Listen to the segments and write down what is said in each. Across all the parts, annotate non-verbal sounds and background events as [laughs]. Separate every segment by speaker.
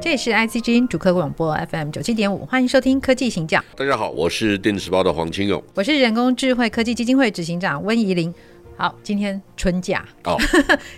Speaker 1: 这里是 IC 之音主客广播 FM 九七点五，欢迎收听科技行脚，
Speaker 2: 大家好，我是电子时报的黄清
Speaker 1: [laughs]
Speaker 2: 勇。
Speaker 1: 我是人工智慧科技基金会执行长温怡玲。好，今天春假，
Speaker 2: 哦，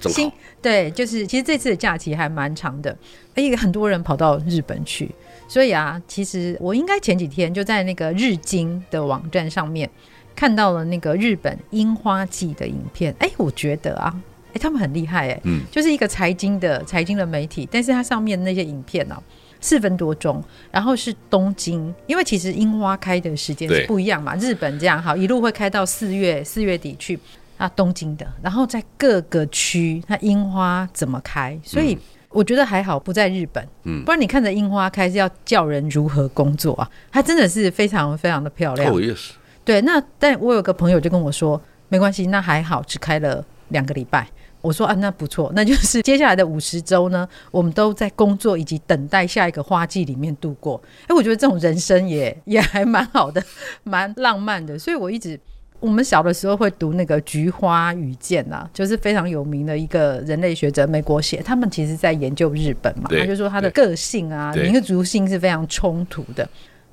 Speaker 2: 正
Speaker 1: 新
Speaker 2: 好，
Speaker 1: 对，就是其实这次的假期还蛮长的，而且很多人跑到日本去，所以啊，其实我应该前几天就在那个日经的网站上面看到了那个日本樱花季的影片，哎，我觉得啊。哎，他们很厉害哎、
Speaker 2: 嗯
Speaker 1: 就是一个财经的财经的媒体，但是它上面那些影片呢、四分多钟，然后是东京，因为其实樱花开的时间是
Speaker 2: 对
Speaker 1: 不一样嘛，日本这样好，一路会开到四月四月底去，啊，东京的，然后在各个区，它樱花怎么开？所以我觉得还好不在日本，
Speaker 2: 嗯
Speaker 1: 不然你看着樱花开是要叫人如何工作啊？它真的是非常非常的漂亮。
Speaker 2: 哦，yes，
Speaker 1: 对，那但我有个朋友就跟我说，没关系，那还好，只开了两个礼拜。我说啊，那不错，那就是接下来的五十周呢，我们都在工作以及等待下一个花季里面度过。哎，我觉得这种人生也也还蛮好的， [laughs] 蛮浪漫的。所以我一直，我们小的时候会读那个《菊花与剑》啊，就是非常有名的一个人类学者，美国写，他们其实在研究日本嘛，
Speaker 2: 对
Speaker 1: 他就说他的个性啊，
Speaker 2: 对
Speaker 1: 民族性是非常冲突的。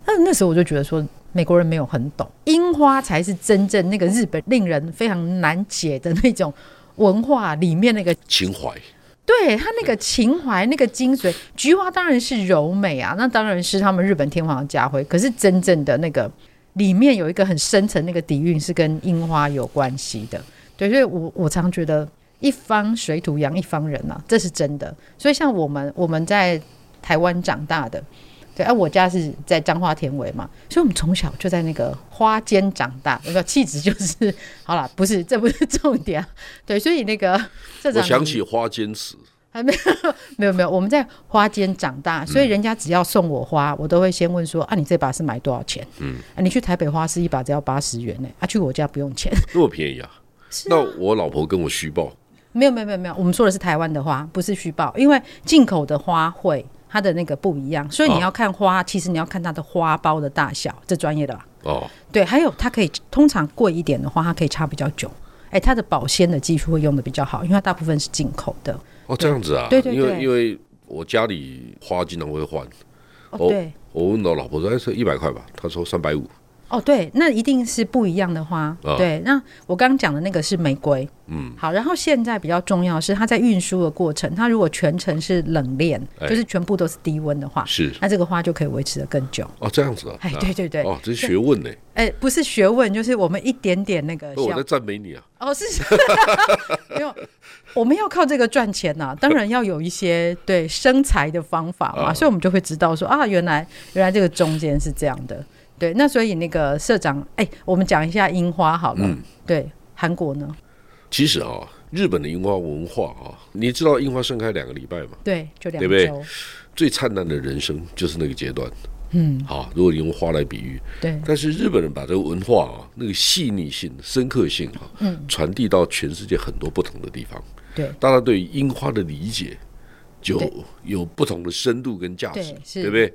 Speaker 1: 那那时候我就觉得说，美国人没有很懂，樱花才是真正那个日本令人非常难解的那种文化里面那个，
Speaker 2: 情怀，
Speaker 1: 对他那个情怀、那个精髓。菊花当然是柔美啊，那当然是他们日本天皇的家徽。可是真正的那个里面有一个很深层那个底蕴是跟樱花有关系的。对，所以我我常觉得一方水土养一方人啊，这是真的。所以像我们我们在台湾长大的，对，啊，我家是在彰化田尾嘛，所以我们从小就在那个花间长大，有没有气质就是好啦，不是，这不是重点、啊。对，所以那个社长，
Speaker 2: 我想起花间词，
Speaker 1: 还没有 [laughs] 没有没有，我们在花间长大，所以人家只要送我花，我都会先问说啊，你这把是买多少钱？嗯，啊，你去台北花市一把只要八十元呢、啊，去我家不用钱。 [laughs]
Speaker 2: 那么便宜啊。那我老婆跟我虚报，
Speaker 1: 没有没有没有没有，我们说的是台湾的花，不是虚报，因为进口的花卉它的那个不一样，所以你
Speaker 2: 哦
Speaker 1: 要看花，其实你要看它的花苞的大小，这专业的吧？
Speaker 2: 哦，
Speaker 1: 对，还有它可以通常贵一点的话，它可以插比较久。哎，它的保鲜的技术会用的比较好，因为它大部分是进口的。
Speaker 2: 哦这样子啊，
Speaker 1: 对对
Speaker 2: 因
Speaker 1: 对
Speaker 2: 为因为我家里花经常会换，
Speaker 1: 哦，
Speaker 2: 哦
Speaker 1: 对，
Speaker 2: 我问我老婆说，哎，是一百块吧？她说三百五，
Speaker 1: 哦，对，那一定是不一样的花。
Speaker 2: 哦
Speaker 1: 对，那我刚刚讲的那个是玫瑰。嗯，好，然后现在比较重要的是，它在运输的过程，它如果全程是冷链，
Speaker 2: 哎
Speaker 1: 就是全部都是低温的话，
Speaker 2: 是
Speaker 1: 那这个花就可以维持的更久。
Speaker 2: 哦这样子啊，
Speaker 1: 哎
Speaker 2: 啊
Speaker 1: 对对对
Speaker 2: 哦这是学问呢，
Speaker 1: 哎，不是学问，就是我们一点点那个
Speaker 2: 那我
Speaker 1: 小
Speaker 2: 在赞美你啊，
Speaker 1: 哦，是， [laughs] 没有，我们要靠这个赚钱呐、当然要有一些对生财的方法嘛，
Speaker 2: 啊
Speaker 1: 所以我们就会知道说啊，原来原来这个中间是这样的，对，那所以那个社长，哎、我们讲一下樱花好了，
Speaker 2: 嗯
Speaker 1: 对，韩国呢，
Speaker 2: 其实啊，日本的樱花文化啊，你知道樱花盛开两个礼拜吗？
Speaker 1: 对，就两
Speaker 2: 对不对
Speaker 1: 周，
Speaker 2: 最灿烂的人生就是那个阶段。嗯，好，如果你用花来比喻，
Speaker 1: 对，
Speaker 2: 但是日本人把这个文化啊，那个细腻性、深刻性啊，传递到全世界很多不同的地方。
Speaker 1: 嗯对，
Speaker 2: 大家对于樱花的理解就
Speaker 1: 对
Speaker 2: 有不同的深度跟价值
Speaker 1: 对，是
Speaker 2: 对不对？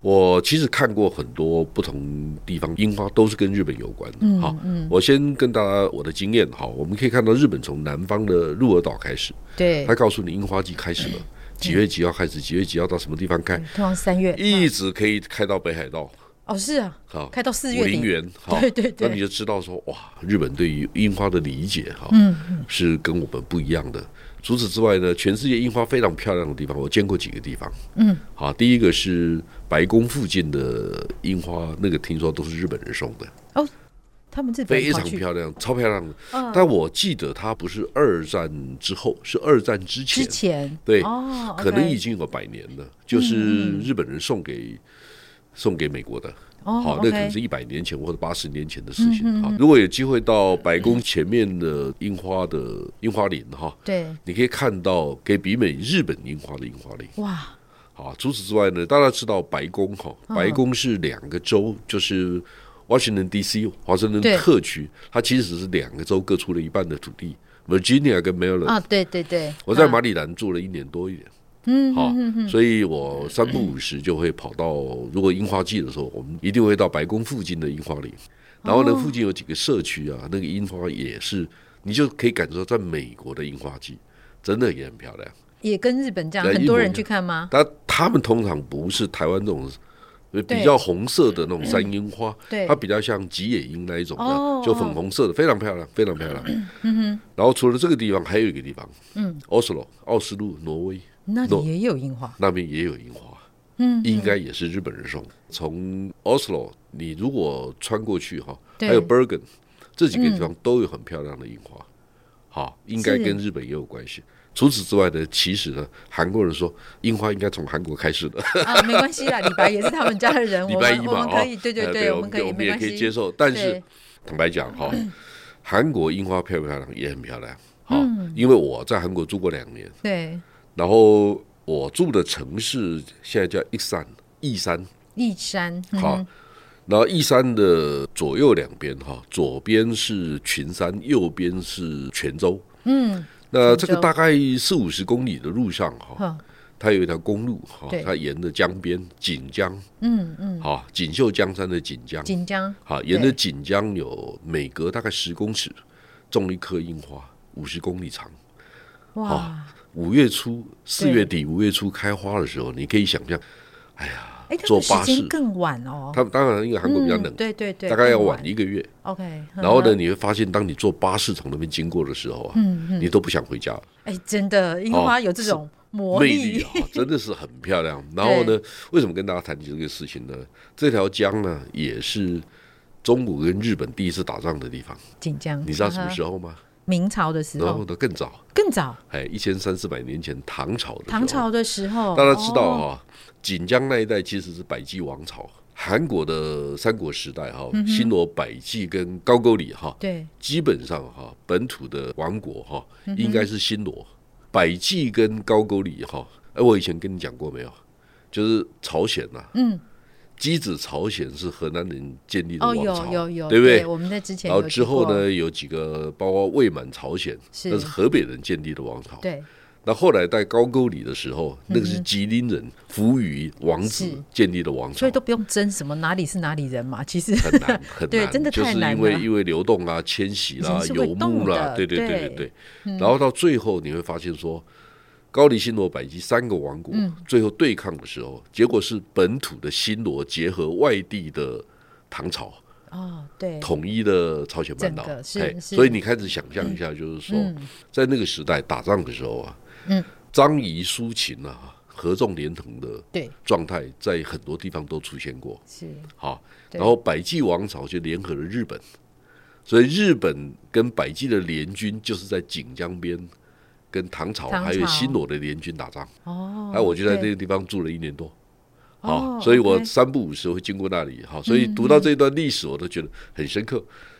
Speaker 2: 我其实看过很多不同地方樱花，都是跟日本有关的。
Speaker 1: 嗯
Speaker 2: 好，我先跟大家我的经验。好，我们可以看到日本从南方的鹿儿岛开始，
Speaker 1: 对，
Speaker 2: 它
Speaker 1: 通
Speaker 2: 告诉你樱花季开始了，几月几号开始，几月几号到什么地方开，
Speaker 1: 常三月，
Speaker 2: 一直可以开到北海道。
Speaker 1: 哦，是啊，
Speaker 2: 好，
Speaker 1: 开到四
Speaker 2: 五
Speaker 1: 月
Speaker 2: 零
Speaker 1: 底，
Speaker 2: 元，好，
Speaker 1: 对对对
Speaker 2: 那你就知道说，哇，日本对于樱花的理解哈，嗯，是跟我们不一样的。除此之外呢，全世界樱花非常漂亮的地方，我见过几个地方，嗯，好，第一个是白宫附近的樱花，那个听说都是日本人送的，
Speaker 1: 哦他们日本
Speaker 2: 非常
Speaker 1: 跑去嗯
Speaker 2: 漂亮，超漂亮的。但我记得它不是二战之后，是二战之前，
Speaker 1: 之前，
Speaker 2: 对，
Speaker 1: 哦，
Speaker 2: 可能
Speaker 1: OK 嗯
Speaker 2: 已经有百年了，就是日本人送给送给美国的。
Speaker 1: 哦，
Speaker 2: 好，
Speaker 1: OK
Speaker 2: 那
Speaker 1: 嗯
Speaker 2: 可能是一百年前或者八十年前的事情。好，如果有机会到白宫前面的樱花的樱花林哈，
Speaker 1: 对，
Speaker 2: 你可以看到给比美日本樱花的樱花林。
Speaker 1: 哇，
Speaker 2: 好，除此之外呢，大家知道白宫哈，
Speaker 1: 嗯
Speaker 2: 白宫是两个州，就是 Washington D.C. 华盛顿
Speaker 1: 对
Speaker 2: 特区，它其实是两个州各出了一半的土地，Virginia 跟 Maryland。
Speaker 1: 啊，对对对，
Speaker 2: 呃我在
Speaker 1: 啊
Speaker 2: 马里兰住了一年多一点，嗯，好，所以我三不五时就会跑到，如果樱花季的时候，我们一定会到白宫附近的樱花林。然后呢，附近有几个社区啊，那个樱花也是，你就可以感受到，在美国的樱花季真的也很漂亮。
Speaker 1: 也跟日本这样，
Speaker 2: 对
Speaker 1: 很
Speaker 2: 一模
Speaker 1: 多
Speaker 2: 一
Speaker 1: 人
Speaker 2: 样
Speaker 1: 去看吗？
Speaker 2: 但他们通常不是台湾这种比较红色的那种山樱花，
Speaker 1: 对
Speaker 2: 它比较像吉野樱那一种的，
Speaker 1: 哦
Speaker 2: 就粉红色的，非常漂亮，非常漂亮。然后除了这个地方，还有一个地方，嗯，奥斯陆，奥斯陆，挪威。
Speaker 1: 那里
Speaker 2: No
Speaker 1: 也有樱
Speaker 2: [laughs]
Speaker 1: 花，
Speaker 2: 那边也有樱花，嗯，应该也是日本人送的。从 Oslo，你如果穿过去哈，
Speaker 1: 对嗯
Speaker 2: 还有 Bergen 这几个地方都有很漂亮的樱花，好，应该跟日本也有关系。除此之外呢，其实呢，韩国人说樱花应该从韩国开始
Speaker 1: [laughs]
Speaker 2: 的，
Speaker 1: 啊，没关系啦，李白也是他们家的
Speaker 2: [laughs]
Speaker 1: 人，
Speaker 2: 礼
Speaker 1: 我
Speaker 2: 拜
Speaker 1: 们
Speaker 2: 一
Speaker 1: 我
Speaker 2: 嘛，
Speaker 1: 们
Speaker 2: 哈，
Speaker 1: 可以，对对
Speaker 2: 呃对，
Speaker 1: 我们可以，
Speaker 2: 我们
Speaker 1: 没
Speaker 2: 也
Speaker 1: 关
Speaker 2: 可以
Speaker 1: 系，
Speaker 2: 接受。但是
Speaker 1: 对
Speaker 2: 坦白
Speaker 1: [laughs]
Speaker 2: 讲哈，韩国樱花漂不漂亮也很漂亮，哈，
Speaker 1: 嗯
Speaker 2: 因为我在韩国住过两年，
Speaker 1: 对，
Speaker 2: 然后我住的城市现在叫益山，益山。
Speaker 1: 立山，嗯
Speaker 2: 好，然后义山的左右两边哈，左边是群山，右边是泉州。
Speaker 1: 嗯，
Speaker 2: 那
Speaker 1: 泉州
Speaker 2: 这个大概四五十公里的路上哈，
Speaker 1: 嗯好，
Speaker 2: 它有一条公路哈
Speaker 1: 对，
Speaker 2: 它沿着江边锦江，
Speaker 1: 嗯嗯，
Speaker 2: 哈，锦绣江山的锦江，
Speaker 1: 锦江，
Speaker 2: 哈，沿着
Speaker 1: 对
Speaker 2: 锦江有每隔大概十公尺种一棵樱花，五十公里长。
Speaker 1: 哇，
Speaker 2: 五月初、四
Speaker 1: 对
Speaker 2: 月底、五月初开花的时候，你可以想象，
Speaker 1: 哎，他
Speaker 2: 坐
Speaker 1: 们时
Speaker 2: 巴
Speaker 1: 间
Speaker 2: 士
Speaker 1: 更晚哦，
Speaker 2: 它当然因为韩国比较冷
Speaker 1: 嗯，对对对，
Speaker 2: 大概要
Speaker 1: 更
Speaker 2: 晚一个月。
Speaker 1: ，OK，
Speaker 2: [laughs] 然后呢，
Speaker 1: 嗯哼，
Speaker 2: 你会发现，当你坐巴士从那边经过的时候啊，
Speaker 1: 嗯
Speaker 2: 你都不想回家，
Speaker 1: 哎，真的樱
Speaker 2: 哦
Speaker 1: 花有这
Speaker 2: 是
Speaker 1: 种魔
Speaker 2: 魅力啊，真的是很
Speaker 1: [laughs]
Speaker 2: 漂亮。然后呢，为什么跟大家谈起这个事情呢？这条江呢，也是中国跟日本第一次打仗的地方，
Speaker 1: 锦江，
Speaker 2: 你知道什么时
Speaker 1: 候？
Speaker 2: 候吗？
Speaker 1: 明朝的时
Speaker 2: 然后
Speaker 1: 候，
Speaker 2: 呢，更早，
Speaker 1: 更早，
Speaker 2: 哎，一千三四百年前，唐朝的时候
Speaker 1: 唐朝的时候，
Speaker 2: 大家知道
Speaker 1: 哦，
Speaker 2: 啊，锦江那一带其实是百济王朝。韩国的三国时代哈，新罗、百济跟高句丽哈，
Speaker 1: 对，
Speaker 2: 基本上哈，本土的王国哈，应该是新罗、百济跟高句丽哈。哎，我以前跟你讲过没有？就是朝鲜呐、嗯，箕子朝鲜是河南人建立的
Speaker 1: 哦，
Speaker 2: 王朝，
Speaker 1: 有有有，
Speaker 2: 对不对？
Speaker 1: 我们在之前
Speaker 2: 然后
Speaker 1: 有提
Speaker 2: 之后
Speaker 1: 过
Speaker 2: 呢，，有几个包括魏满朝鲜，
Speaker 1: 是
Speaker 2: 那是河北人建立的王朝。
Speaker 1: 对，嗯
Speaker 2: 那后来在高句丽的时候，那个是吉林人扶余王子
Speaker 1: 是
Speaker 2: 建立的王朝
Speaker 1: 所以，都不用争什么哪里是哪里人嘛，其实
Speaker 2: 很
Speaker 1: [laughs]
Speaker 2: 难很
Speaker 1: 对
Speaker 2: 难，
Speaker 1: 真的
Speaker 2: 就
Speaker 1: 太
Speaker 2: 是
Speaker 1: 难
Speaker 2: 因为
Speaker 1: 了
Speaker 2: 因为流动啊、迁徙啦、
Speaker 1: 人是会
Speaker 2: 游牧
Speaker 1: 动
Speaker 2: 啦
Speaker 1: 的，
Speaker 2: 对对对
Speaker 1: 对嗯
Speaker 2: 对对。然后到最后你会发现说，高丽、新罗、百济三个王国
Speaker 1: 嗯
Speaker 2: 最后对抗的时候，结果是本土的新罗结合外地的唐朝，
Speaker 1: 哦，对，
Speaker 2: 统一了朝鲜半岛
Speaker 1: 整个。是
Speaker 2: 哎，
Speaker 1: 是
Speaker 2: 所以你开始想象一下，就是说，在那个时代打仗的时候啊，
Speaker 1: 嗯
Speaker 2: 张仪、苏秦啊，合纵连横的
Speaker 1: 对，
Speaker 2: 状态，在很多地方都出现过。
Speaker 1: 是
Speaker 2: 好，
Speaker 1: 对
Speaker 2: 然后百济王朝就联合了日本，所以日本跟百济的联军就是在锦江边跟唐朝
Speaker 1: 唐朝
Speaker 2: 还有新罗的联军打仗。
Speaker 1: 哦。
Speaker 2: 哎，我就在
Speaker 1: 对
Speaker 2: 那个地方住了一年多。
Speaker 1: 哦
Speaker 2: 好，所以我
Speaker 1: OK
Speaker 2: 三不五时会经过那里。好，所以读到这段历史，我都觉得很深刻，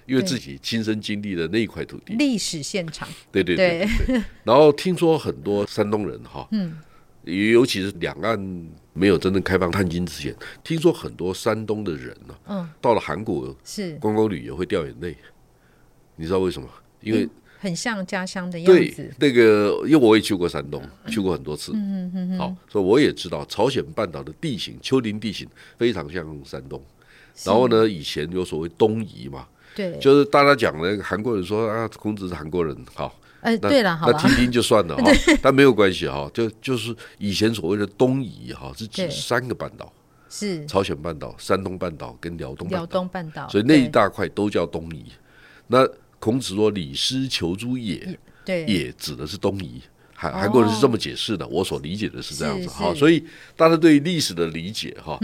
Speaker 2: 因为
Speaker 1: 对
Speaker 2: 自己亲身经历的那一块土地。
Speaker 1: 历史现场，
Speaker 2: 对对对对对。然后听说很多山东人哈，嗯，尤其是两岸没有真正开放探亲之前，听说很多山东的人呢、
Speaker 1: 嗯，
Speaker 2: 到了韩国
Speaker 1: 是
Speaker 2: 观光旅游会掉眼泪，你知道为什么？因为、
Speaker 1: 很像家乡的样
Speaker 2: 对
Speaker 1: 子，
Speaker 2: 那个，因为我也去过山东，去过很多次，嗯嗯嗯，好，所以我也知道朝鲜半岛的地形，丘陵地形非常像山东。然后呢，以前有所谓东夷嘛，
Speaker 1: 对，
Speaker 2: 就是大家讲呢，韩国人说啊，孔子是韩国人，好，
Speaker 1: 呃，
Speaker 2: 那
Speaker 1: 对了，好
Speaker 2: 那
Speaker 1: 了
Speaker 2: 听，听
Speaker 1: [laughs]
Speaker 2: 就算了哈，但没有关系哈，就就是以前所谓的东夷哈，是
Speaker 1: 对
Speaker 2: 指三个半岛：
Speaker 1: 是
Speaker 2: 朝鲜半岛、山东半岛跟辽东半
Speaker 1: 辽
Speaker 2: 岛，
Speaker 1: 东半岛，
Speaker 2: 所以那一
Speaker 1: 哦对
Speaker 2: 大块都叫东夷。那孔子说“礼失求诸也”，
Speaker 1: 对哦
Speaker 2: 也指的是东夷。韩韩国人是这么解释的，我所理解的是这样
Speaker 1: 是嗯
Speaker 2: 子哈，
Speaker 1: 是
Speaker 2: 所以大家对历史的理解哈，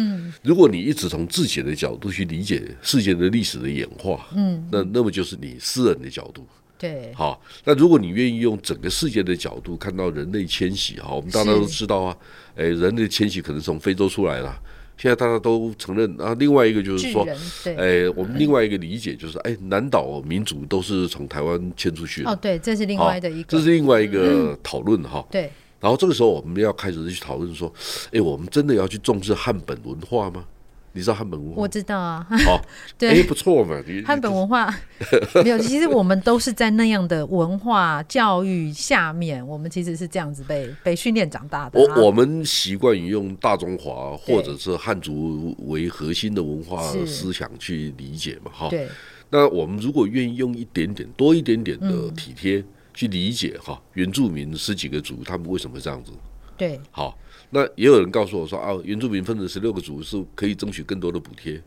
Speaker 2: 如果你一直从自己的角度去理解世界的历史的演化，嗯，那那么就是你私人的角度，
Speaker 1: 对
Speaker 2: 好，那如果你愿意用整个世界的角哎度看到人类迁徙，哈，我们大家都知道啊，诶，人类迁徙可能从非洲出来了，现在大家都承认啊。另外一个就是
Speaker 1: 巨
Speaker 2: 说，
Speaker 1: 人对，
Speaker 2: 哎，我们另外一个理解就是，哎，南岛民族都是从台湾迁出去的，
Speaker 1: 哦对，这是另
Speaker 2: 好
Speaker 1: 外的一个，嗯
Speaker 2: 这是另外一个讨论哈。
Speaker 1: 对，
Speaker 2: 然后这个时候我们要开始去讨论说，哎，我们真的要去重视汉本文化吗？你知道汉本文化
Speaker 1: 我
Speaker 2: 吗？
Speaker 1: 知道啊，
Speaker 2: 好，
Speaker 1: [laughs] 对
Speaker 2: 哎，不错嘛，你
Speaker 1: 汉本文化
Speaker 2: [laughs]
Speaker 1: 没有，其实我们都是在那样的文化教育下面，我们其实是这样子被被训练长大的、啊。
Speaker 2: 我我们习惯于用大中华
Speaker 1: 对
Speaker 2: 或者是汉族为核心的文化
Speaker 1: 是
Speaker 2: 思想去理解嘛，哈。
Speaker 1: 对
Speaker 2: 那我们如果愿意用一点点、多一点点的
Speaker 1: 嗯
Speaker 2: 体贴去理解哈，原住民十几个族，他们为什么这样子？
Speaker 1: 对
Speaker 2: 好，那也有人告诉我说啊，原住民分成十六个族是可以争取更多的补贴，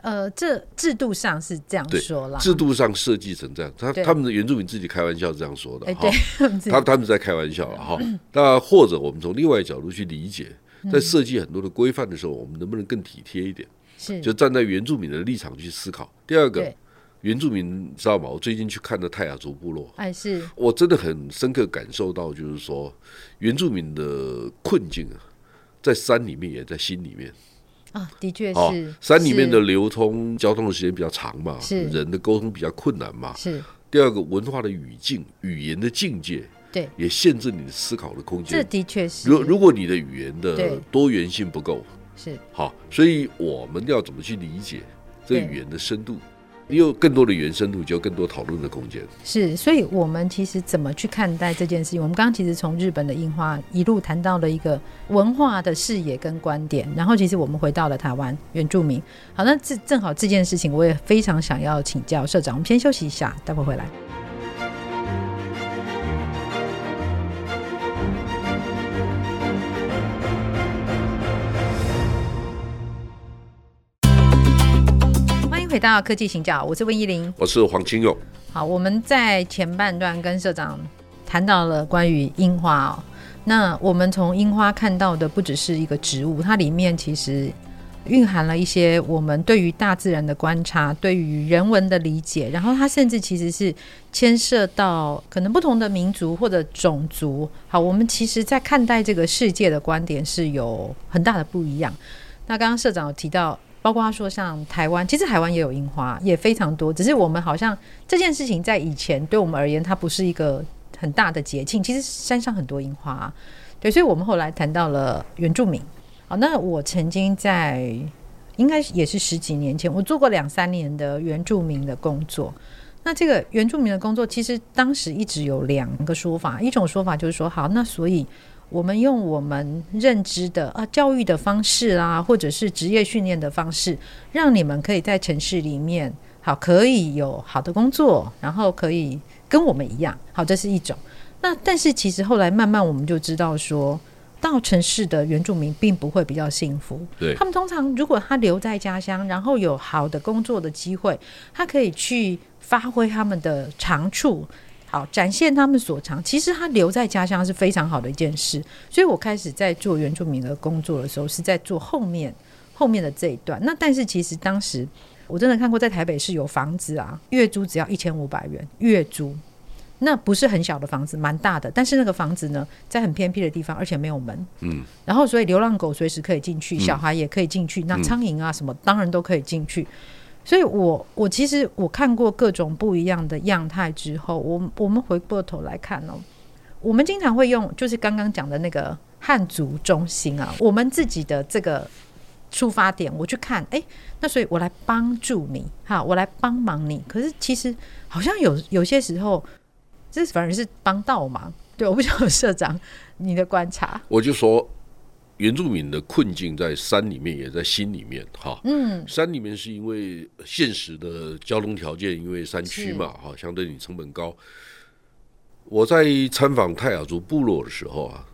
Speaker 1: 呃，这制度上是这样
Speaker 2: 对
Speaker 1: 说啦，
Speaker 2: 哦制度上设计成这样。他
Speaker 1: 对
Speaker 2: 他们的原住民自己开玩笑这样说的
Speaker 1: 哎，
Speaker 2: 哈
Speaker 1: 对。， [laughs] 我们自己
Speaker 2: 哦他他们在开玩笑了哈。那或者我们从另外一角度去理解，
Speaker 1: 嗯
Speaker 2: 在设计很多的规范的时候，我们能不能更体贴一点？
Speaker 1: 是
Speaker 2: 就站在原住民的立场去思考。第二个
Speaker 1: 对，
Speaker 2: 原住民知道吗？我最近去看了泰雅族部落，
Speaker 1: 哎是
Speaker 2: 我真的很深刻感受到，就是说原住民的困境啊，在山里面也在心里面。
Speaker 1: 啊，的确
Speaker 2: 哦
Speaker 1: 是，
Speaker 2: 山里面的
Speaker 1: 是
Speaker 2: 流通交通的时间比较长嘛，
Speaker 1: 是
Speaker 2: 人的沟通比较困难嘛。
Speaker 1: 是
Speaker 2: 第二个，文化的语境、语言的境界
Speaker 1: 对，
Speaker 2: 也限制你的思考的空
Speaker 1: 这
Speaker 2: 间。
Speaker 1: 的确是，
Speaker 2: 如如果你的语言的
Speaker 1: 对
Speaker 2: 多元性不够，
Speaker 1: 是
Speaker 2: 好，所以我们要怎么去理解这个
Speaker 1: 对
Speaker 2: 语言的深度？你有更多的语言深度，就有更多讨论的空间。
Speaker 1: 是，所以我们其实怎么去看待这件事情？我们刚刚其实从日本的樱花一路谈到了一个文化的视野跟观点，然后其实我们回到了台湾原住民。好，那这正好这件事情，我也非常想要请教社长。我们先休息一下，待会回来。欢迎回到科技行脚，我是温依玲。
Speaker 2: 我是黄清勇，
Speaker 1: 好，我们在前半段跟社长谈到了关于樱花哦。那我们从樱花看到的不只是一个植物，它里面其实蕴含了一些我们对于大自然的观察，对于人文的理解，然后它甚至其实是牵涉到可能不同的民族或者种族。好，我们其实在看待这个世界的观点是有很大的不一样。那刚刚社长有提到，包括他说像台湾，其实台湾也有樱花，也非常多，只是我们好像这件事情在以前对我们而言，它不是一个很大的节庆。其实山上很多樱花、啊，对，所以我们后来谈到了原住民。好，那我曾经在应该也是十几年前，我做过两三年的原住民的工作。那这个原住民的工作，其实当时一直有两个说法，一种说法就是说，好，那所以我们用我们认知的啊教育的方式啊，或者是职业训练的方式，让你们可以在城市里面好可以有好的工作，然后可以跟我们一样，好，这是一种。那但是其实后来慢慢我们就知道说，到城市的原住民并不会比较幸福，
Speaker 2: 对
Speaker 1: 他们通常如果他留在家乡，然后有好的工作的机会，他可以去发挥他们的长处，好展现他们所长。其实他留在家乡是非常好的一件事。所以我开始在做原住民的工作的时候，是在做后面后面的这一段。那但是其实当时我真的看过，在台北市有房子啊，月租只要一千五百元，月租。那不是很小的房子，蛮大的，但是那个房子呢，在很偏僻的地方，而且没有门，然后所以流浪狗随时可以进去，小孩也可以进去，那苍蝇啊什么当然都可以进去。所以我我其实我看过各种不一样的样态之后，我我们回过头来看哦，我们经常会用就是刚刚讲的那个汉族中心啊，我们自己的这个出发点，我去看，哎，那所以我来帮助你哈，我来帮忙你。可是其实好像有有些时候，这反而是帮倒忙。对，我不晓得社长你的观察，
Speaker 2: 我就说原住民的困境在山里面，也在心里面哈。嗯，山里面是因为现实的交通条件，因为山区嘛哈，相对你成本高。我在参访泰雅族部落的时候啊，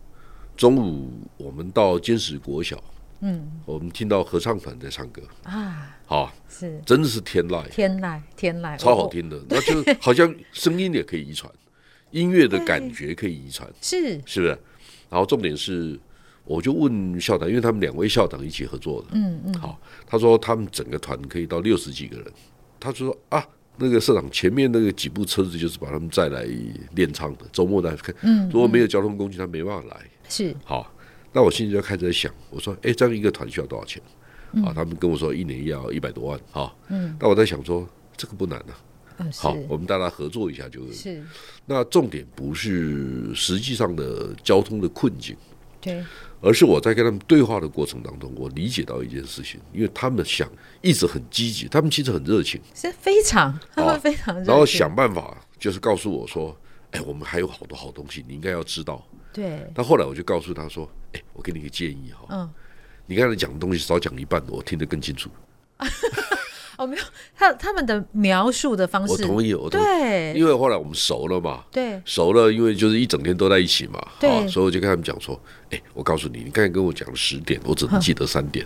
Speaker 2: 中午我们到坚石国小，嗯，我们听到合唱团在唱歌啊，好，
Speaker 1: 是
Speaker 2: 真的是天籁，
Speaker 1: 天籁，天籁，
Speaker 2: 超
Speaker 1: 我
Speaker 2: 好，听的，那就好像声音也可以遗传，音乐的感觉可以遗传。
Speaker 1: 是
Speaker 2: 是不是？然后重点是，我就问校长，因为他们两位校长一起合作的，嗯嗯，好，他说他们整个团可以到六十几个人，他说啊，那个社长前面那个几部车子就是把他们嗯载来练唱的，周末来看，嗯，如果没有交通工具，他没办法来，
Speaker 1: 是
Speaker 2: 好，那我心里就开始在想，我说，哎，这样一个团需要多少钱？啊，他们跟我说一年要一百多万，哈、嗯，那我在想说，这个不难啊，
Speaker 1: 嗯，
Speaker 2: 好，
Speaker 1: 是
Speaker 2: 我们大家合作一下就。
Speaker 1: 是，
Speaker 2: 那重点不是实际上的交通的困境，
Speaker 1: 对，
Speaker 2: 而是我在跟他们对话的过程当中，我理解到一件事情，因为他们想一直很积极，他们其实很热情，
Speaker 1: 是非常，他
Speaker 2: 好
Speaker 1: 们 [laughs] 非常热情，
Speaker 2: 然后想办法就是告诉我说，哎，我们还有好多好东西，你应该要知道。哎
Speaker 1: 对，
Speaker 2: 但后来我就告诉他说，哎，我给你一个建议哈、
Speaker 1: 嗯
Speaker 2: 你刚才讲的东西少讲一半，我听得更清楚。
Speaker 1: 哦，没有，他他们的描述的方式，
Speaker 2: 我同意，我同意，
Speaker 1: 对，
Speaker 2: 因为哎后来我们熟了嘛，
Speaker 1: 对，
Speaker 2: 熟了，因为就是一整天都在一起嘛，
Speaker 1: 对
Speaker 2: 啊所以我就跟他们讲说，哎、我告诉你，你刚才跟我讲了十点，我只能记得三
Speaker 1: [laughs]
Speaker 2: 点。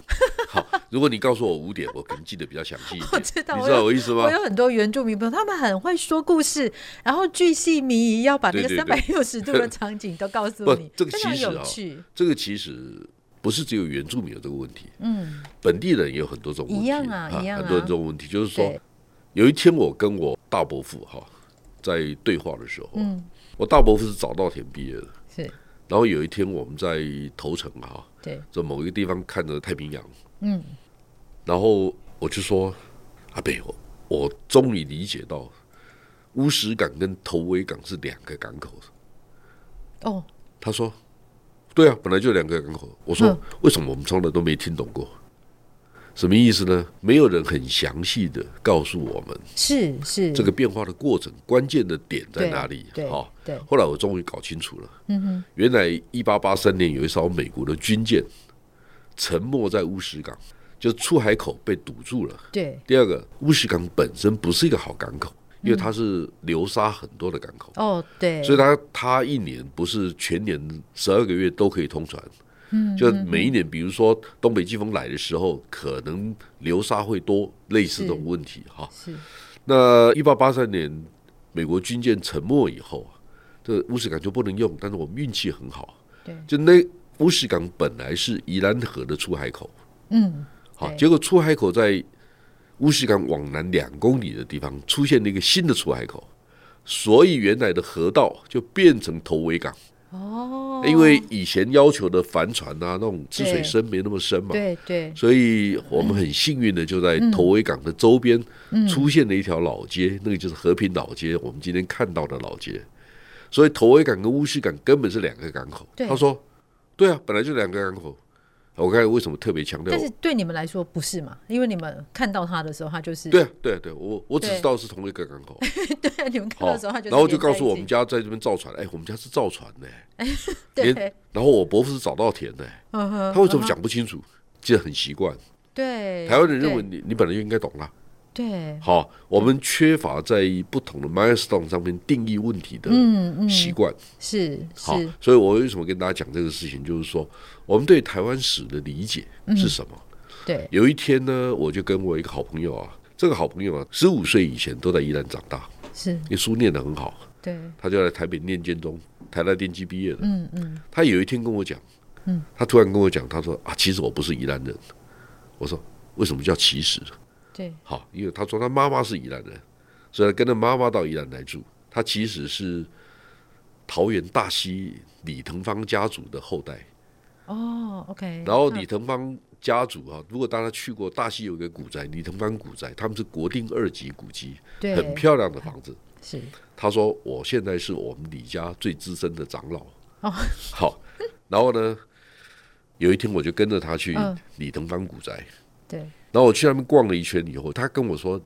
Speaker 2: 好，如果你告诉我五点，我可能记得比较详细一点。
Speaker 1: [laughs] 我知道，
Speaker 2: 你
Speaker 1: 我
Speaker 2: 知道
Speaker 1: 有
Speaker 2: 我意思吗
Speaker 1: 我？有很多原住民朋友，他们很会说故事，然后巨细靡遗，要把那个
Speaker 2: 对
Speaker 1: 三
Speaker 2: 对
Speaker 1: 百
Speaker 2: 对
Speaker 1: 六十度的场景都告诉
Speaker 2: [laughs] 不
Speaker 1: 你，
Speaker 2: 这个
Speaker 1: 非常
Speaker 2: 其实
Speaker 1: 有
Speaker 2: 啊
Speaker 1: 趣。
Speaker 2: 这个其实不是只有原住民有这个问题，
Speaker 1: 嗯，
Speaker 2: 本地人也有很多这种问题，
Speaker 1: 一样啊一样啊
Speaker 2: 很多人这种问题，就是说
Speaker 1: 对，
Speaker 2: 有一天我跟我大伯父哈、在对话的时候，
Speaker 1: 嗯
Speaker 2: 我大伯父是早稻田毕业的，
Speaker 1: 是，
Speaker 2: 然后有一天我们在头城哈、
Speaker 1: 对，
Speaker 2: 在某一个地方看着太平洋，
Speaker 1: 嗯，
Speaker 2: 然后我就说：“阿贝，我我终于理解到乌石港跟头尾港是两个港口。
Speaker 1: 哦，”
Speaker 2: 他说：“对啊，本来就两个港口。”我说：“
Speaker 1: 嗯
Speaker 2: 为什么我们从来都没听懂过？什么意思呢？没有人很详细的告诉我们
Speaker 1: 嗯是是，
Speaker 2: 这个变化的过程，关键的点在
Speaker 1: 对
Speaker 2: 哪里？
Speaker 1: 对
Speaker 2: 好
Speaker 1: 对
Speaker 2: 后来我终于搞清楚了，
Speaker 1: 嗯哼，
Speaker 2: 原来一八八三年有一艘美国的军舰沉没在乌石港，就出海口被堵住了。
Speaker 1: 对，
Speaker 2: 第二个，乌石港本身不是一个好港口，因为它是流沙很多的港口，
Speaker 1: 哦对，
Speaker 2: 所以它它一年不是全年十二个月都可以通船。嗯，就每一年，比如说东北季风来的时候，可能流沙会多，类似这种问题哈。
Speaker 1: 是
Speaker 2: 那一八八三年美国军舰沉没以后，啊这乌石港就不能用，但是我们运气很好，啊
Speaker 1: 对，
Speaker 2: 就那乌石港本来是宜兰河的出海口，
Speaker 1: 嗯，
Speaker 2: 好，
Speaker 1: 对
Speaker 2: 结果出海口在乌石港往南两公里的地方出现了一个新的出海口，所以原来的河道就变成头尾港，
Speaker 1: 哦，
Speaker 2: 因为以前要求的帆船啊那种吃
Speaker 1: 对
Speaker 2: 水深没那么深嘛，
Speaker 1: 对对
Speaker 2: 所以我们很幸运的就在头尾港的周边
Speaker 1: 嗯
Speaker 2: 出现了一条老街，那个就是和平老街，我们今天看到的老街。所以头尾港跟乌石港根本是两个港口。
Speaker 1: 对
Speaker 2: 他说：“对啊，本来就两个港口。”我刚才为什么特别强调
Speaker 1: 但？是对你们来说不是嘛？因为你们看到他的时候，他就是
Speaker 2: 对啊，对啊，对啊，我我只
Speaker 1: 对
Speaker 2: 知道是同一个港口。
Speaker 1: [laughs] 对，你们 [laughs] 看到
Speaker 2: 好
Speaker 1: 的时候，他，就是
Speaker 2: 然后就
Speaker 1: 连在
Speaker 2: 告诉
Speaker 1: 一
Speaker 2: 我
Speaker 1: 起
Speaker 2: 们家在这边造船，哎，我们家是造船呢。
Speaker 1: 对
Speaker 2: 连，然后我伯父是早稻田的，
Speaker 1: 嗯哼，
Speaker 2: 他为什么讲不清楚？这很习惯。
Speaker 1: 对，
Speaker 2: 台湾人认为
Speaker 1: 对
Speaker 2: 你你本来就应该懂啦。
Speaker 1: 对，
Speaker 2: 好，我们缺乏在不同的 milestone 上面定义问题的
Speaker 1: 嗯嗯，
Speaker 2: 习惯。
Speaker 1: 是
Speaker 2: 好
Speaker 1: 是，，
Speaker 2: 所以我为什么跟大家讲这个事情，就是说我们对台湾史的理解
Speaker 1: 嗯
Speaker 2: 是什么？
Speaker 1: 对，
Speaker 2: 有一天呢，我就跟我一个好朋友啊，这个好朋友啊，十五岁以前都在宜兰长大，
Speaker 1: 是，
Speaker 2: 因为书念得很好，
Speaker 1: 对，
Speaker 2: 他就在台北念建中，台大电机毕业的。
Speaker 1: 嗯嗯，
Speaker 2: 他有一天跟我讲，嗯，他突然跟我讲，他说啊，其实我不是宜兰人。我说为什么叫其实？
Speaker 1: 对，
Speaker 2: 好，因为他说他妈妈是宜兰人，所以他跟着妈妈到宜兰来住。他其实是桃园大溪李腾芳家族的后代，
Speaker 1: 哦，OK，
Speaker 2: 然后李腾芳家族啊，如果大家去过大溪有一个古宅，李腾芳古宅，他们是国定二级古迹，
Speaker 1: 对，
Speaker 2: 很漂亮的房子。
Speaker 1: 是，
Speaker 2: 他说我现在是我们李家最资深的长老。
Speaker 1: 哦，
Speaker 2: 好，然后呢，有一天我就跟着他去
Speaker 1: 嗯
Speaker 2: 李腾芳古宅，
Speaker 1: 对，
Speaker 2: 然后我去那边逛了一圈以后，他跟我说，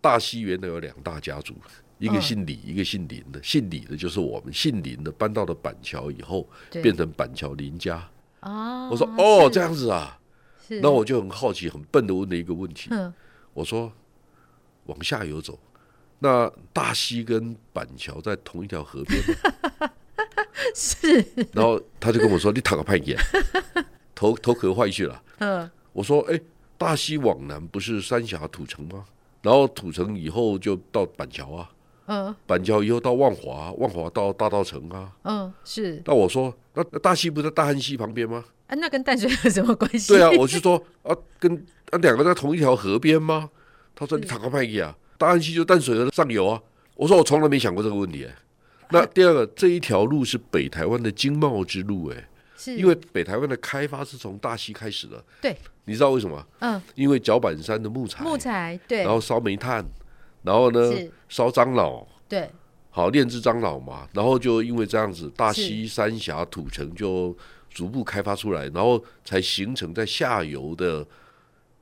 Speaker 2: 大溪原来有两大家族，一个
Speaker 1: 嗯
Speaker 2: 姓李，一个姓林的。姓李的就是我们，姓林的搬到了板桥以后，
Speaker 1: 对
Speaker 2: 变成板桥林家。
Speaker 1: 啊，
Speaker 2: 我说哦，
Speaker 1: 是
Speaker 2: 这，样子啊，
Speaker 1: 是，
Speaker 2: 那我就很好奇，很笨的问了一个问题，
Speaker 1: 嗯，
Speaker 2: 我说往下游走，那大溪跟板桥在同一条河边吗，
Speaker 1: [laughs] 是，
Speaker 2: 然后他就跟我说，你躺个半眼，头头壳坏去了。
Speaker 1: 嗯，
Speaker 2: 我说：“哎，大溪往南不是三峡土城吗？然后土城以后就到板桥啊，
Speaker 1: 嗯，
Speaker 2: 板桥以后到万华，万华到大稻城啊。
Speaker 1: 嗯，是，
Speaker 2: 那我说，那那大溪不在大汉溪旁边吗？
Speaker 1: 啊，那跟淡水有什么关系？[laughs]
Speaker 2: [laughs] 对啊，我是说啊，跟啊两个在同一条河边吗？他说你坦克派给啊，大汉溪就淡水河的上游啊。我说我从
Speaker 1: [laughs]
Speaker 2: 来没想过这个问题、哎那第二个，这一条路是北台湾的经贸之路、哎，
Speaker 1: 是
Speaker 2: 因为北台湾的开发是从大溪开始的，
Speaker 1: 嗯对，
Speaker 2: 你知道为什么？
Speaker 1: 嗯，
Speaker 2: 因为脚板山的木材，
Speaker 1: 木材对
Speaker 2: 然后烧煤炭，然后呢
Speaker 1: 是
Speaker 2: 烧樟脑，
Speaker 1: 对
Speaker 2: 好炼制樟脑嘛，然后就因为这样子，大
Speaker 1: 是
Speaker 2: 溪、三峡、土城就逐步开发出来，然后才形成在下游的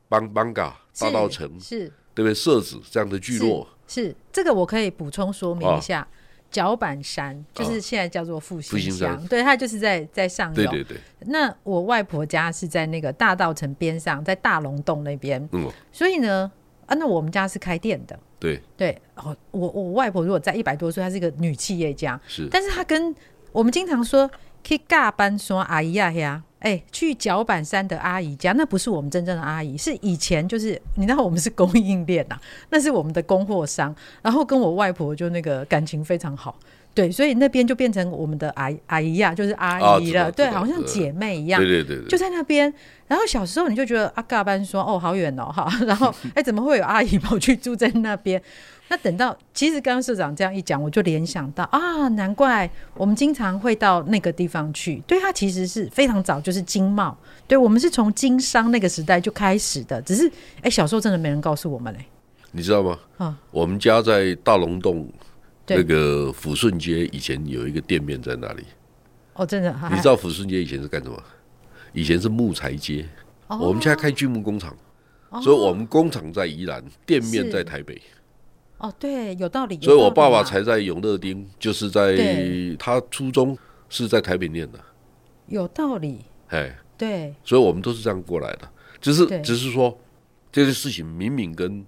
Speaker 2: 邦邦嘎、大
Speaker 1: 是
Speaker 2: 道城，
Speaker 1: 是
Speaker 2: 对不对？社子这样的聚落，啊
Speaker 1: 是这个，我可以补充说明一下。脚板山就是现在叫做复
Speaker 2: 复
Speaker 1: 兴
Speaker 2: 兴
Speaker 1: 乡，
Speaker 2: 乡
Speaker 1: 对，它就是在在上游。
Speaker 2: 对对对，
Speaker 1: 那我外婆家是在那个大道城边上，在大龙洞那边，
Speaker 2: 嗯，
Speaker 1: 所以呢，啊，那我们家是开店的，
Speaker 2: 对，
Speaker 1: 对，哦，我我外婆如果在一百多岁，她是一个女企业家，
Speaker 2: 是
Speaker 1: 但是她跟我们经常说去嘎班说阿姨呀、啊、呀，哎，去脚板山的阿姨家，那不是我们真正的阿姨，是以前就是你知道我们是供应链呐、啊 [laughs] 那是我们的供货商，然后跟我外婆就那个感情非常好。对，所以那边就变成我们的阿姨阿姨呀、就是阿
Speaker 2: 啊
Speaker 1: 姨
Speaker 2: 知
Speaker 1: 了，
Speaker 2: 道
Speaker 1: 对，
Speaker 2: 知道
Speaker 1: 好像
Speaker 2: 知道
Speaker 1: 姐妹一样。
Speaker 2: 对对对对，
Speaker 1: 就在那边。然后小时候你就觉得阿嘎班说哦好远哦哈， [laughs] 然
Speaker 2: [laughs]
Speaker 1: 后哎怎么会有阿姨跑去住在那边？那等到其实刚刚社长这样一讲，我就联想到啊，难怪我们经常会到那个地方去。对，它其实是非常早就是经贸，对我们是从经商那个时代就开始的，只是哎小时候真的没人告诉我们嘞。
Speaker 2: 你知道吗？
Speaker 1: 啊
Speaker 2: 我们家在大龙洞
Speaker 1: 对
Speaker 2: 那个抚顺街以前有一个店面在那里，
Speaker 1: 哦，真的，
Speaker 2: 你知道抚顺街以前是干什么？以前是木材街，
Speaker 1: 哦
Speaker 2: 我们现在开锯木工厂，
Speaker 1: 哦
Speaker 2: 所以我们工厂在宜兰，店面
Speaker 1: 是
Speaker 2: 在台北，
Speaker 1: 哦，对，有道理。
Speaker 2: 所以
Speaker 1: 有道
Speaker 2: 我
Speaker 1: 理
Speaker 2: 爸爸
Speaker 1: 啊
Speaker 2: 才在永乐町，就是在
Speaker 1: 对
Speaker 2: 他初中是在台北念的，
Speaker 1: 有道理，
Speaker 2: 哎，
Speaker 1: 对，
Speaker 2: 所以我们都是这样过来的，只是
Speaker 1: 对
Speaker 2: 只是说这些事情明明跟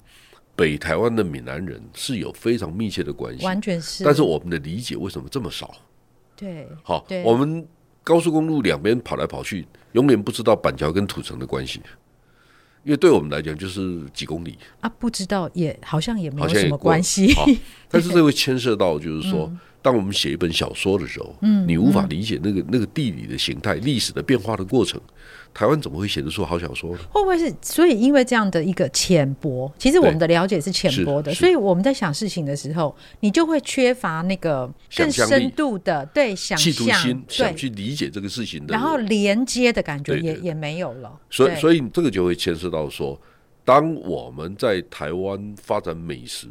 Speaker 2: 北台湾的闽南人是有非常密切的关系，
Speaker 1: 完全是。
Speaker 2: 但是我们的理解为什么这么少？
Speaker 1: 对，
Speaker 2: 好
Speaker 1: 对，
Speaker 2: 我们高速公路两边跑来跑去，永远不知道板桥跟土城的关系，因为对我们来讲就是几公里，
Speaker 1: 啊，不知道也好像也没
Speaker 2: 好
Speaker 1: 有
Speaker 2: 像
Speaker 1: 什
Speaker 2: 也
Speaker 1: 么
Speaker 2: 过了
Speaker 1: 关系。嗯
Speaker 2: 好但是这会牵涉到就
Speaker 1: [laughs]
Speaker 2: 是说，当我们写一本小说的时候，你无法理解那个那个地理的形态、历史的变化的过程，台湾怎么会写得出好小说呢？
Speaker 1: 会不会是所以因为这样的一个浅薄，其实我们的了解是浅薄的，
Speaker 2: 是是
Speaker 1: 所以我们在想事情的时候，你就会缺乏那个更
Speaker 2: 想象力
Speaker 1: 深度的对想
Speaker 2: 企图
Speaker 1: 象
Speaker 2: 心想
Speaker 1: 对，
Speaker 2: 去理解这个事情的，
Speaker 1: 然后连接的感觉
Speaker 2: 对对
Speaker 1: 也
Speaker 2: 对
Speaker 1: 也没有了。
Speaker 2: 所以
Speaker 1: 对
Speaker 2: 所以这个就会牵涉到说，当我们在台湾发展美食、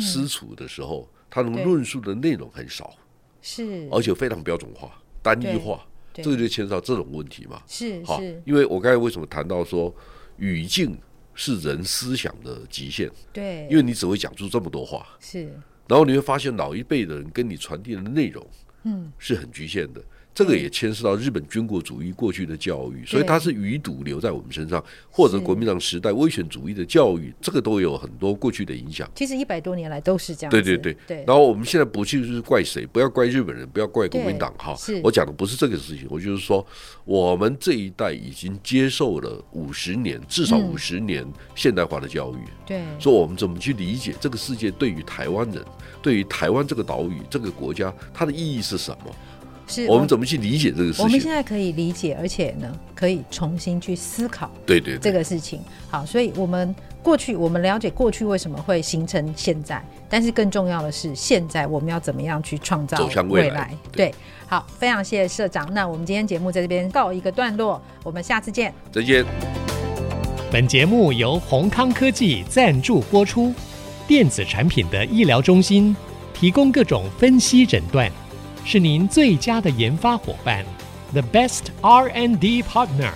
Speaker 2: 私厨的时候，它能
Speaker 1: 嗯对
Speaker 2: 论述的内容很少。
Speaker 1: 是
Speaker 2: 而且非常标准化、单一化，
Speaker 1: 对对
Speaker 2: 这个就牵涉到这种问题嘛。
Speaker 1: 是
Speaker 2: 好
Speaker 1: 是，，
Speaker 2: 因为我刚才为什么谈到说语境是人思想的极限，
Speaker 1: 对，
Speaker 2: 因为你只会讲出这么多话，
Speaker 1: 是
Speaker 2: 然后你会发现老一辈的人跟你传递的内容，嗯，是很局限的。这个也牵涉到日本军国主义过去的教育，所以它是余毒留在我们身上，或者国民党时代威权主义的教育，这个都有很多过去的影响。
Speaker 1: 其实一百多年来都是这样子。
Speaker 2: 对对对
Speaker 1: 对
Speaker 2: 然后我们现在不去就是怪谁，不要怪日本人，不要怪国民党
Speaker 1: 对
Speaker 2: 哈
Speaker 1: 是。
Speaker 2: 我讲的不是这个事情，我就是说，我们这一代已经接受了五十年，至
Speaker 1: 嗯
Speaker 2: 少五十年现代化的教育，
Speaker 1: 对
Speaker 2: 所以我们怎么去理解这个世界对于台湾人，对于台湾这个岛屿、这个国家，它的意义是什么？
Speaker 1: 是
Speaker 2: 我们怎么去理解这个事
Speaker 1: 我们现
Speaker 2: 情？
Speaker 1: 在可以理解，而且呢，可以重新去思考。
Speaker 2: 对对
Speaker 1: 这
Speaker 2: 对，
Speaker 1: 个事情。好，所以我们过去我们了解过去为什么会形成现在，但是更重要的是，现在我们要怎么样去创造
Speaker 2: 走向未
Speaker 1: 未
Speaker 2: 来
Speaker 1: 对
Speaker 2: 对
Speaker 1: 好，非常谢谢社长。那我们今天节目在这边告一个段落，我们下次见。
Speaker 2: 再见。
Speaker 3: 本节目由宏康科技赞助播出。电子产品的医疗中心提供各种分析诊断，是您最佳的研发伙伴，The best R&D partner。